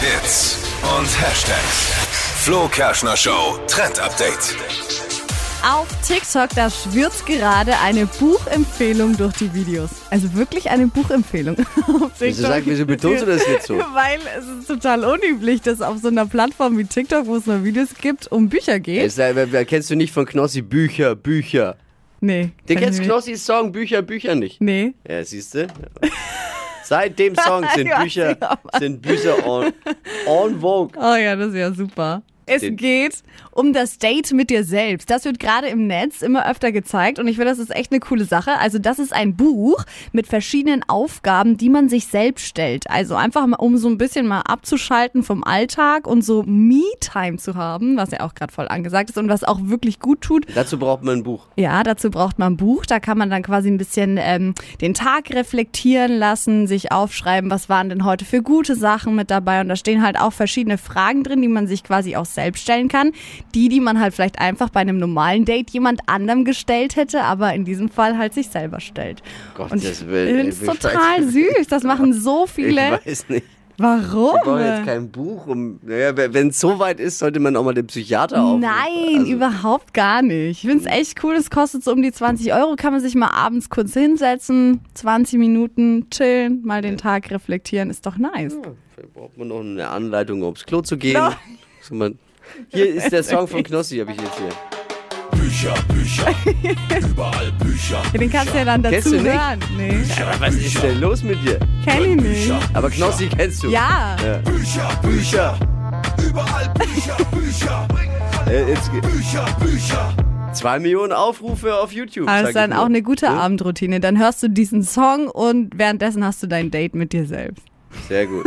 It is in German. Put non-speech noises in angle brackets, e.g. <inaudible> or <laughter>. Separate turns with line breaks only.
Hits und Hashtags. Flo Kerschner Show Trend Update.
Auf TikTok, da schwirrt gerade eine Buchempfehlung durch die Videos. Also wirklich eine Buchempfehlung. <laughs> Auf
Wieso, sag, wieso betonst du das jetzt
<laughs>
so?
Weil es ist total unüblich, dass auf so einer Plattform wie TikTok, wo es nur Videos gibt, um Bücher geht.
Es, sei- wer- wer kennst du nicht von Knossi Bücher, Bücher?
Nee.
Du
kann
kennst
ich nicht.
Knossis Song Bücher, Bücher nicht.
Nee.
Ja, siehst du? Seit dem Song
<laughs>
sind
Ich weiß
Bücher,
nicht, ob man-
sind Bücher on, on vogue.
Oh ja, das ist ja super. Es
Den-
geht um das Date mit dir selbst. Das wird gerade im Netz immer öfter gezeigt und ich finde, das ist echt eine coole Sache. Also das ist ein Buch mit verschiedenen Aufgaben, die man sich selbst stellt. Also einfach mal, um so ein bisschen mal abzuschalten vom Alltag und so Me-Time zu haben, was ja auch gerade voll angesagt ist und was auch wirklich gut tut.
Dazu braucht man ein Buch.
Ja, dazu braucht man ein Buch. Da kann man dann quasi ein bisschen ähm, den Tag reflektieren lassen, sich aufschreiben, was waren denn heute für gute Sachen mit dabei. Und da stehen halt auch verschiedene Fragen drin, die man sich quasi auch selbst stellen kann. Die, die man halt vielleicht einfach bei einem normalen Date jemand anderem gestellt hätte, aber in diesem Fall halt sich selber stellt. Und ich
Gottes Willen,
finde es
ich
total
weiß-
süß. Das machen so viele.
Ich weiß nicht.
Warum?
Ich brauche jetzt kein Buch. Um, naja, wenn es so weit ist, sollte man auch mal den Psychiater aufrufen.
Nein,
Also-
überhaupt gar nicht. Ich finde es echt cool. Es kostet so um die 20 Euro. Kann man sich mal abends kurz hinsetzen, 20 Minuten chillen, mal den Tag reflektieren. Ist doch nice.
Also, Vielleicht braucht man noch eine Anleitung, um aufs Klo zu gehen. So, man- Hier ist der Song von Knossi, habe ich jetzt hier.
Bücher, Bücher. Überall Bücher.
Ja, den kannst du ja dann
Kennst
dazu
du nicht?
hören. Nee,
Was ist denn los mit dir?
kenn ich nicht.
Aber Knossi kennst du.
Ja,
Bücher, Bücher. Überall Bücher, Bücher.
Äh, jetzt ge-
Bücher, Bücher.
zwei Millionen Aufrufe auf YouTube.
aber das
sag
ist
ich
dann
nur.
auch eine gute Abendroutine. Dann hörst du diesen Song und währenddessen hast du dein Date mit dir selbst.
Sehr gut.